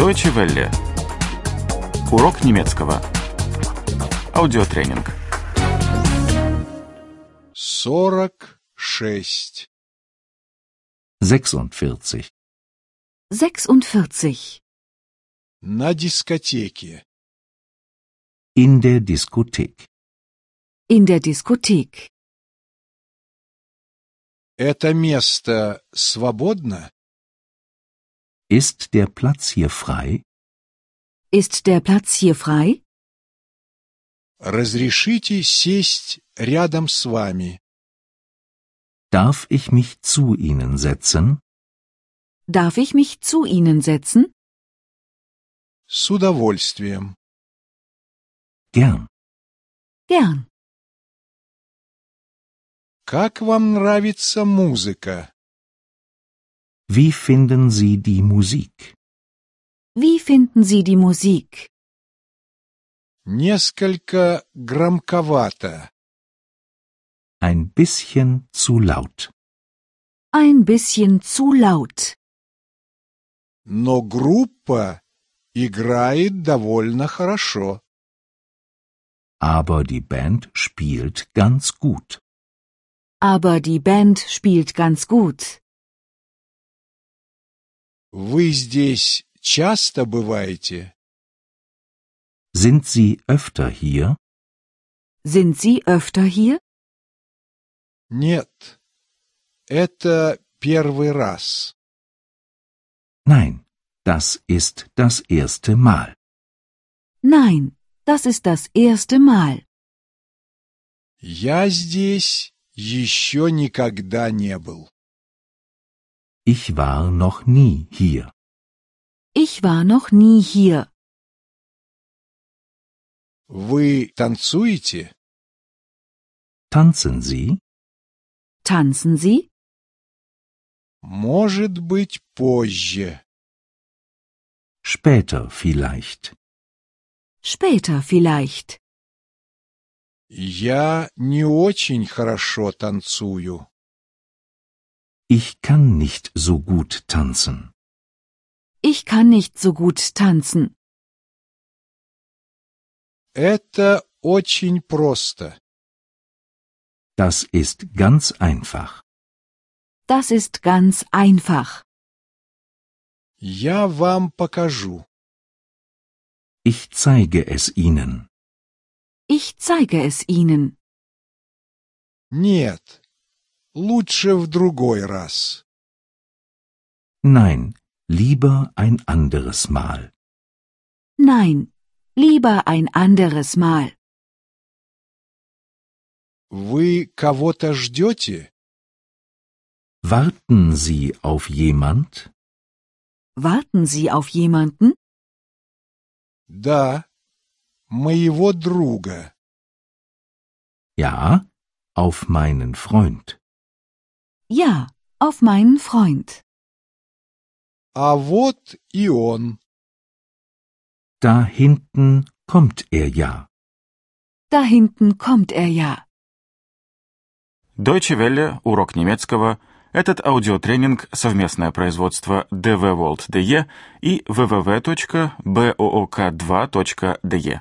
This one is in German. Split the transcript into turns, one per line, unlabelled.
Deutsche Welle. Урок немецкого. Аудиотренинг.
Сорок шесть.
46.
46.
На дискотеке.
In der Diskothek.
In der Diskothek.
Это место свободно?
Ist der Platz hier frei?
Ist der Platz hier frei?
Разрешите сесть рядом с вами.
Darf ich mich zu Ihnen setzen?
Darf ich mich zu Ihnen setzen?
С удовольствием.
Gern.
Gern.
Как вам нравится музыка?
Wie finden Sie die Musik?
Wie finden Sie die Musik?
Несколько громковато.
Ein bisschen zu laut.
Ein bisschen zu laut.
Но группа играет довольно хорошо.
Aber die Band spielt ganz gut.
Aber die Band spielt ganz gut.
Вы здесь часто бываете?
Sind Sie öfter hier?
Sind Sie öfter hier?
Нет. Это первый раз.
Nein, das ist das erste Mal.
Nein, das ist das erste Mal.
Я здесь еще никогда не был.
Ich war noch nie hier.
Ich war noch nie hier.
Вы танцуете?
Tanzen Sie?
Tanzen Sie?
Может быть, позже.
Später vielleicht.
Später vielleicht.
Я не очень хорошо танцую.
Ich kann nicht so gut tanzen.
Ich kann nicht so gut tanzen.
Это очень просто.
Das ist ganz einfach.
Das ist ganz einfach.
Я вам покажу.
Ich zeige es Ihnen.
Ich zeige es Ihnen.
Нет. Лучше в другой раз.
Nein, lieber ein anderes Mal.
Nein, lieber ein anderes Mal.
Вы кого-то ждете?
Warten Sie auf jemand?
Warten Sie auf jemanden?
Да. Моего друга.
Ja, auf meinen Freund.
Ja, auf meinen Freund.
А вот и он.
Da hinten kommt er ja.
Da hinten kommt er ja.
Deutsche Welle. Урок немецкого. Этот аудиотренинг – совместное производство DW World DE и www.book2.de.